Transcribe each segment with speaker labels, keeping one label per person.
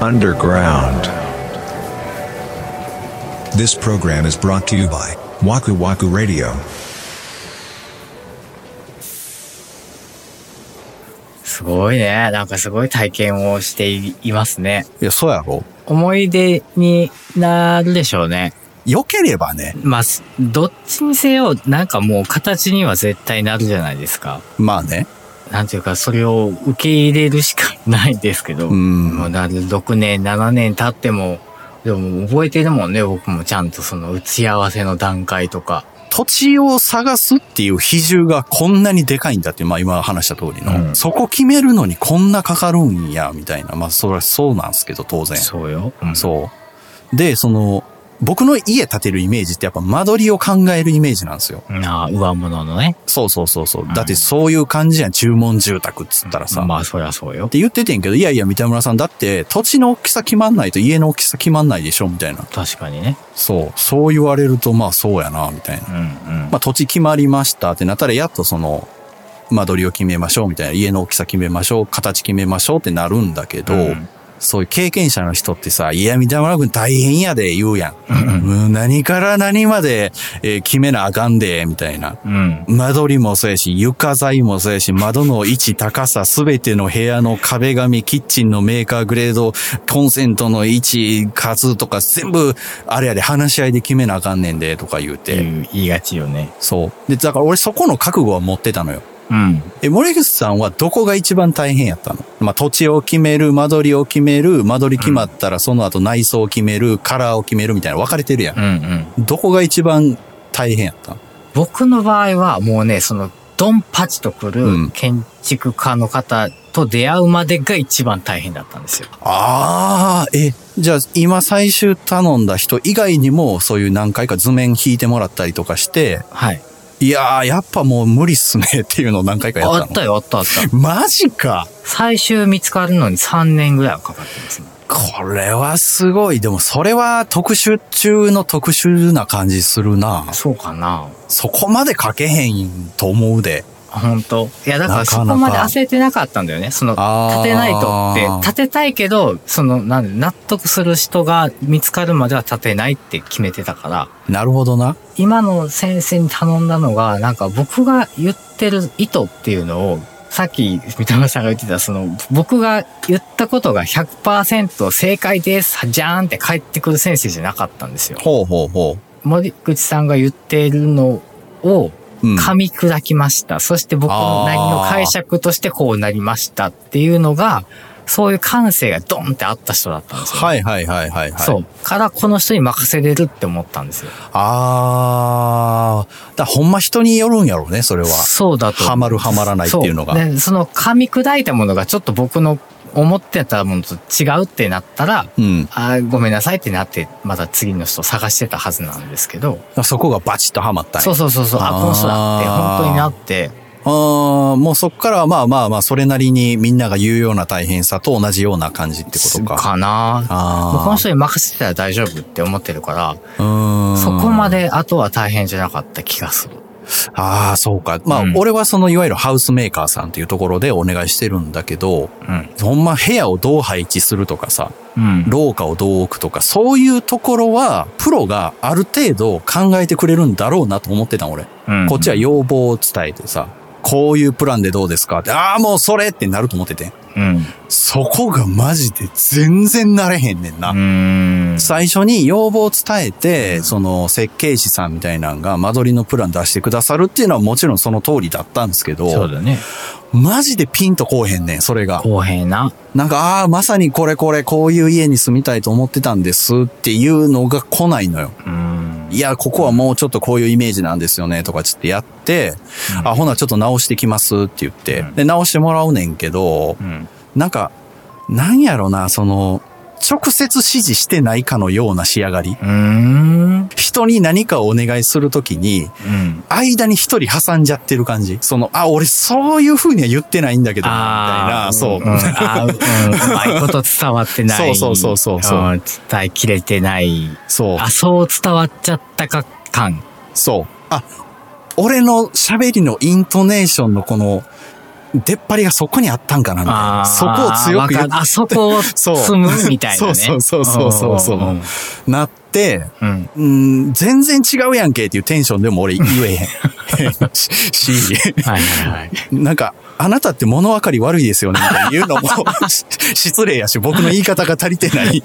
Speaker 1: underground.
Speaker 2: This program is brought to you by Waku Waku Radio.
Speaker 3: すごいね。なんかすごい体験をしていますね。
Speaker 4: いや、そうやろ。
Speaker 3: 思い出になるでしょうね。
Speaker 4: 良ければね。
Speaker 3: まあ、すどっちにせよ、なんかもう形には絶対なるじゃないですか。
Speaker 4: まあね。
Speaker 3: なんていうか、それを受け入れるしかないですけど。
Speaker 4: うん
Speaker 3: もうだ6年、7年経っても、でも覚えてるもんね、僕もちゃんとその打ち合わせの段階とか。
Speaker 4: 土地を探すっていう比重がこんなにでかいんだっていう、まあ今話した通りの。
Speaker 3: うん
Speaker 4: そこ決めるのにこんなかかるんや、みたいな。まあそれはそうなんですけど、当然。
Speaker 3: そうよ。うん
Speaker 4: そう。で、その、僕の家建てるイメージってやっぱ間取りを考えるイメージなんですよ。
Speaker 3: なあ、上物のね。
Speaker 4: そうそうそうそう。だってそういう感じやん、注文住宅っつったらさ。
Speaker 3: まあ、そりゃそうよ
Speaker 4: っ。て言っててんけど、いやいや、三田村さん、だって土地の大きさ決まんないと家の大きさ決まんないでしょ、みたいな。
Speaker 3: 確かにね。
Speaker 4: そう。そう言われると、まあそうやな、みたいな
Speaker 3: う。んうん。
Speaker 4: まあ土地決まりましたってなったら、やっとその、間取りを決めましょうみたいな、家の大きさ決めましょう、形決めましょうってなるんだけど、
Speaker 3: うん
Speaker 4: そういう経験者の人ってさ、いや、三田村君大変やで、言うやん。うん、何から何まで、えー決めなあかんで、みたいな。
Speaker 3: うん。
Speaker 4: 間取りもそうやし、床材もそうやし、窓の位置、高さ、すべての部屋の壁紙、キッチンのメーカー、グレード、コンセントの位置、数とか全部、あれやで話し合いで決めなあかんねんで、とか言うて。
Speaker 3: 言いがちよね。
Speaker 4: そう。で、だから俺そこの覚悟は持ってたのよ。
Speaker 3: うん。
Speaker 4: え、森口さんはどこが一番大変やったのまあ、土地を決める、間取りを決める、間取り決まったらその後内装を決める、カラーを決めるみたいな分かれてるやん
Speaker 3: う。んうん。
Speaker 4: どこが一番大変やったの
Speaker 3: 僕の場合はもうね、その、ドンパチと来
Speaker 4: うん
Speaker 3: る建築家の方と出会うまでが一番大変だったんですよ。
Speaker 4: ああ、え、じゃあ今最終頼んだ人以外にもそういう何回か図面引いてもらったりとかして、
Speaker 3: はい。
Speaker 4: いやー、やっぱもう無理っすねっていうのを何回かやった
Speaker 3: あ
Speaker 4: の。
Speaker 3: ったよ、あったあった。
Speaker 4: マジか
Speaker 3: 最終見つかるのに3年ぐらいはかかってますね。
Speaker 4: これはすごい。でもそれは特殊中の特殊な感じするな。
Speaker 3: そうかな。
Speaker 4: そこまで書けへんと思うで。
Speaker 3: 本当いや、だから
Speaker 4: な
Speaker 3: そ
Speaker 4: かなか
Speaker 3: こまで焦ってなかったんだよね。その、
Speaker 4: あー
Speaker 3: 立てないとって、立てたいけど、その、なんで納得する人が見つかるまでは立てないって決めてたから、
Speaker 4: なるほどな。
Speaker 3: 今の先生に頼んだのが、なんか僕が言ってる意図っていうのを、さっき三田村さんが言ってた、その、僕が言ったことが100%正解です、じゃーんって返ってくる先生じゃなかったんですよ。
Speaker 4: ほうほうほ
Speaker 3: 森口さんが言っているのを、
Speaker 4: う。うん。
Speaker 3: 噛み砕きました。そして僕の何の解釈としてこうなりましたっていうのが、そういう感性がドンってあった人だったんですよ。
Speaker 4: はいはいはいはい、はい。
Speaker 3: そう。からこの人に任せれるって思ったんですよ。
Speaker 4: あー。だからほんま人によるんやろうね、それは。
Speaker 3: そうだと。
Speaker 4: ハマるハマらないっていうのが
Speaker 3: そでその噛み砕いたものがちょっと僕の思ってたものと違うってなったら、
Speaker 4: うん。
Speaker 3: あーごめんなさいってなって、また次の人を探してたはずなんですけど、
Speaker 4: そこがバチッとハマったんや
Speaker 3: そうそうそうそう、あ、
Speaker 4: あー
Speaker 3: この人だって、本当になって、
Speaker 4: あーもうそっからはまあまあまあ、それなりにみんなが言うような大変さと同じような感じってことか。
Speaker 3: かな
Speaker 4: あー
Speaker 3: もうこの人に任せてたら大丈夫って思ってるから、
Speaker 4: うーん。
Speaker 3: そこまであとは大変じゃなかった気がする。
Speaker 4: ああ、そうか。まあ、
Speaker 3: うん
Speaker 4: 俺はその、いわゆるハウスメーカーさんっていうところでお願いしてるんだけど、
Speaker 3: うん。
Speaker 4: ほんま部屋をどう配置するとかさ、
Speaker 3: うん。
Speaker 4: 廊下をどう置くとか、そういうところは、プロがある程度考えてくれるんだろうなと思ってたの俺。
Speaker 3: うん
Speaker 4: こっちは要望を伝えてさ、こういうプランでどうですかって、ああ、もうそれってなると思ってて。
Speaker 3: うん。う
Speaker 4: そこがマジで全然なれへんねんな。
Speaker 3: ーん。
Speaker 4: 最初に要望を伝えて、その設計士さんみたいなのが間取りのプラン出してくださるっていうのはもちろんその通りだったんですけ
Speaker 3: そう
Speaker 4: ど、
Speaker 3: だね。
Speaker 4: マジでピンとこうへんねん、それが。
Speaker 3: 公平な。
Speaker 4: なんか、ああー、まさにこれこれ、こういう家に住みたいと思ってたんですっていうのが来ないのよ。
Speaker 3: うーん。
Speaker 4: いや、ここはもうちょっとこういうイメージなんですよね、とかちょっとやって、あ、ほなちょっと直してきますって言って、
Speaker 3: うん
Speaker 4: で、直してもらうねんけど
Speaker 3: う、ん。
Speaker 4: なんか、なんやろな、その、直接指示してないかのような仕上がり。
Speaker 3: うーん。
Speaker 4: 人に何かをお願いするときに、
Speaker 3: うん。
Speaker 4: 間に一人挟んじゃってる感じ。その、あ、俺そういう風には言ってないんだけど、みた
Speaker 3: あ
Speaker 4: いな、
Speaker 3: あ、
Speaker 4: そう。
Speaker 3: んあーうん。うまいこと伝わってない。
Speaker 4: そうそうそうそうそうん
Speaker 3: 伝えきれてない。
Speaker 4: そう。
Speaker 3: あ、そう伝わっちゃったか感。
Speaker 4: そう。あ、俺の喋りのイントネーションのこの、出っ張りがそこにあったんかなみたいな。そこを強く言
Speaker 3: 言
Speaker 4: っ
Speaker 3: あ、そこを
Speaker 4: そう
Speaker 3: 積むみたいなね。
Speaker 4: そうそうそうそうそう
Speaker 3: うん
Speaker 4: なって、
Speaker 3: うん。
Speaker 4: うん、全然違うやんけっていうテンションでも俺言えへん。 し、し
Speaker 3: はいはい はい。
Speaker 4: なんか、あなたって物分かり悪いですよね、みたいな言うのもし失礼やし、僕の言い方が足りて ない。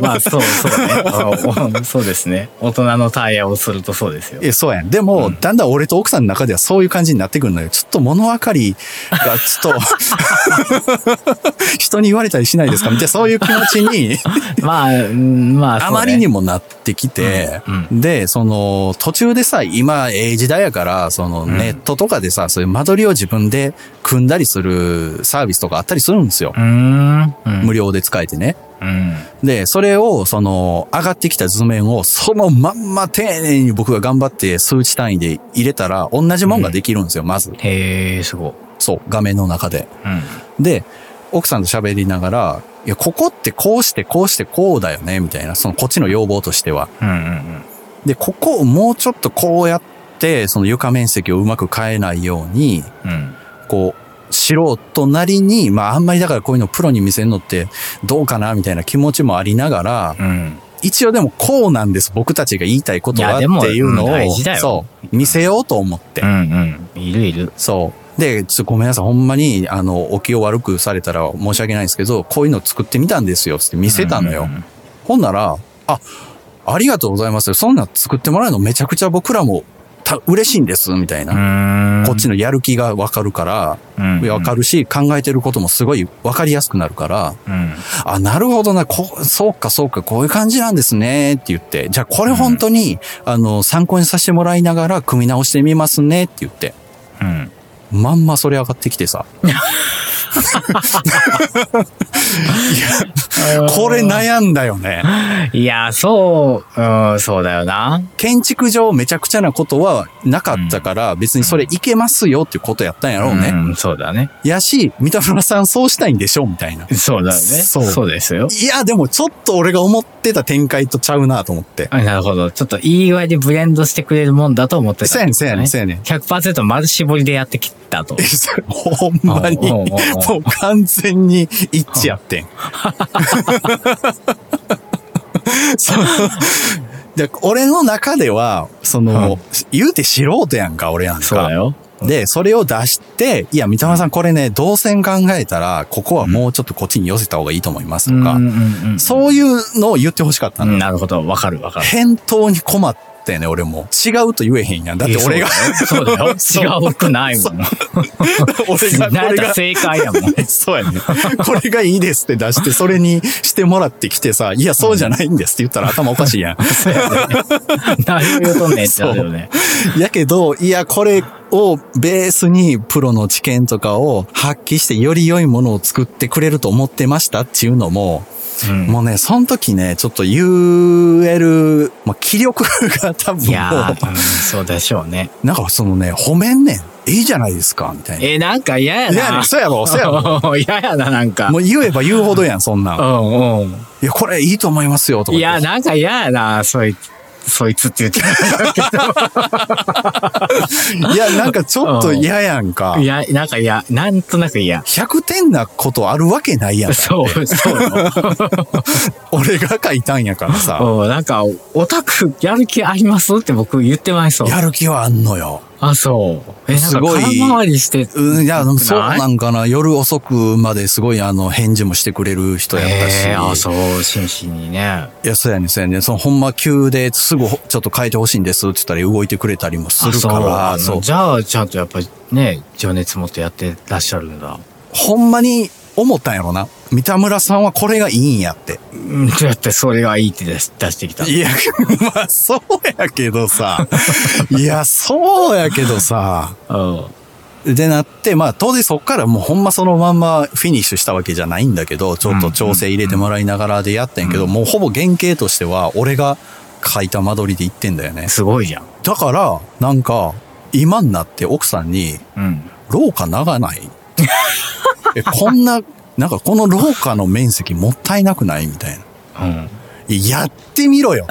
Speaker 3: まあ、そうそうね。おそうですね。大人の対応をするとそうですよ。
Speaker 4: え、そうやん。でも、だんだん俺と奥さんの中ではそういう感じになってくるのよ。ちょっと物分かりが、ちょっと、人に言われたりしないですかみた いな、そういう気持ちに、
Speaker 3: まあ、うんまあ、
Speaker 4: あまりに
Speaker 3: も。
Speaker 4: もなってきて、
Speaker 3: うん
Speaker 4: で、その、途中でさ、今、ええ時代やから、その、ネットとかでさ、そういう間取りを自分で組んだりするサービスとかあったりするんですよ
Speaker 3: う。ーん。
Speaker 4: 無料で使えてね。
Speaker 3: うん。
Speaker 4: で、それを、その、上がってきた図面を、そのまんま丁寧に僕が頑張って数値単位で入れたら、同じもんができるんですよ、まず。
Speaker 3: へえ、すごい。
Speaker 4: そう、画面の中で。
Speaker 3: うん。
Speaker 4: で、奥さんと喋りながら、いや、ここってこうして、こうして、こうだよね、みたいな、その、こっちの要望としては。
Speaker 3: うんうん
Speaker 4: で、ここをもうちょっとこうやって、その床面積をうまく変えないように、
Speaker 3: うん。うん。
Speaker 4: こう、素人なりに、まああんまりだからこういうのプロに見せるのってどうかなみたいな気持ちもありながら、
Speaker 3: うん。
Speaker 4: 一応でもこうなんです、僕たちが言いたいこと
Speaker 3: い
Speaker 4: は
Speaker 3: や
Speaker 4: っ
Speaker 3: でも
Speaker 4: ていうの
Speaker 3: うん大
Speaker 4: を、
Speaker 3: 事だよ
Speaker 4: そう、見せようと思って。
Speaker 3: うんうん。いるいる。
Speaker 4: そう。で、ちょっとごめんなさい、ほんまに、あの、お気を悪くされたら申し訳ないんですけど、こういうの作ってみたんですよ、つって見せたの
Speaker 3: う
Speaker 4: よ。
Speaker 3: んうんうん
Speaker 4: ほんなら、あ、ありがとうございます。そんなん作ってもらうのめちゃくちゃ僕らもた嬉しいんです、みたいな。
Speaker 3: うん。
Speaker 4: こっちのやる気がわかるから、
Speaker 3: うんうん
Speaker 4: わかるし、考えてることもすごいわかりやすくなるから、
Speaker 3: うん。
Speaker 4: あ、なるほどな、こう、そうかそうか、こういう感じなんですね、って言って、じゃあこれ本当に、あの、参考にさせてもらいながら組み直してみますね、って言って、
Speaker 3: うん。
Speaker 4: まんまそれ上がってきてさ、これ悩んだよね。
Speaker 3: いや、そう、うん、そうだよな。
Speaker 4: 建築上めちゃくちゃなことはなかったから、別にそれいけますよっていうことやったんやろうね。
Speaker 3: ん、そうだね。
Speaker 4: やし、三田村さんそうしたいんでしょみたいな。
Speaker 3: そうだよね。
Speaker 4: そ
Speaker 3: そううですよ。
Speaker 4: いや、でもちょっと俺が思ってた展開とちゃうなと思って。
Speaker 3: あなるほど。ちょっといい具合でブレンドしてくれるもんだと思ってた、
Speaker 4: せやねんせやねんせやねん
Speaker 3: 100%丸絞りでやってきたと。
Speaker 4: ほんまに、
Speaker 3: おうおうおうおう
Speaker 4: もう完全に一致 やってん。そうで俺の中では、その、
Speaker 3: うん
Speaker 4: 言うて素人やんか、俺なんか。
Speaker 3: そうだよ。
Speaker 4: で、それを出して、いや、三田村さん、これね、動線考えたら、ここはもうちょっとこっちに寄せた方がいいと思いますとか、
Speaker 3: うんうんうん
Speaker 4: そういうのを言ってほしかった
Speaker 3: う
Speaker 4: の。
Speaker 3: んなるほど。わかるわかる。
Speaker 4: 返答に困ってね、俺も。違うと言えへんやん。だって俺が、
Speaker 3: そうだよ。そう だよ違うくないもん。
Speaker 4: 俺 が、
Speaker 3: 慣れ
Speaker 4: 俺が
Speaker 3: た、正解やもん。
Speaker 4: そうやね。これがいいですって出して、それにしてもらってきてさ、いや、そうじゃないんですって言ったら頭おかしいやん。
Speaker 3: 何を言うとんねんってなるよね。
Speaker 4: やけど、いや、これをベースにプロの知見とかを発揮して、より良いものを作ってくれると思ってましたっていうのも、
Speaker 3: うん
Speaker 4: もうね、その時ね、ちょっと言える、まあ、気力が多分
Speaker 3: い
Speaker 4: もう、
Speaker 3: やー、うんそうでしょう ね。
Speaker 4: なんかそのね、褒めんねん。いいじゃないですか、みたいな。
Speaker 3: え、なんか嫌や
Speaker 4: いや
Speaker 3: な。
Speaker 4: そうやろ、そうやろ。
Speaker 3: うん 嫌やな、なんか
Speaker 4: も。う言えば言うほどやん、そんな。
Speaker 3: うんんうん。
Speaker 4: いや、これいいと思いますよ、とか
Speaker 3: い
Speaker 4: 言って。
Speaker 3: や、なんか嫌やな、そいつ、そいつって言って
Speaker 4: いや、なんかちょっと嫌やんか
Speaker 3: い。や、なんか嫌、なんとなく嫌。
Speaker 4: 100点なことあるわけないやん。
Speaker 3: そう、そう。
Speaker 4: 俺が書いたんやからさ。
Speaker 3: うんなんか、オタクやる気ありますって僕言ってまいそう。
Speaker 4: やる気はあんのよ。
Speaker 3: あ、そう。え、なん
Speaker 4: す
Speaker 3: か
Speaker 4: ごい
Speaker 3: 空回りして、
Speaker 4: うん、いや、でもそう
Speaker 3: ない
Speaker 4: なんかな。夜遅くまですごいあの、返事もしてくれる人やったし。
Speaker 3: えー、あ、そう、真摯にね。
Speaker 4: いや、そうやねん、そうやねん。その、ほんま急ですぐほちょっと変えてほしいんですって言ったら動いてくれたりもするか
Speaker 3: あ
Speaker 4: ら、
Speaker 3: そう
Speaker 4: そう。
Speaker 3: じゃあ、ちゃんとやっぱりね、情熱持ってやってらっしゃるんだ。
Speaker 4: ほんまに思ったんやろな。三田村さんはこれがいいんやって。
Speaker 3: うん、だってそれがいいって出し出してきた。
Speaker 4: いや、 まあ、そうやけどさ。いや、そうやけどさ。
Speaker 3: うん。
Speaker 4: でなって、まあ当然そっからもうほんまそのまんまフィニッシュしたわけじゃないんだけど、ちょっと調整入れてもらいながらでやってんけど、もうほぼ原型としては俺が書いた間取りで言ってんだよね。
Speaker 3: すごいじゃん。
Speaker 4: だから、なんか、今になって奥さんに、
Speaker 3: うん。
Speaker 4: 廊下長 ないえ、こんな、なんかこの廊下の面積もったいなくないみたいな。
Speaker 3: うん。
Speaker 4: いややってみろよ。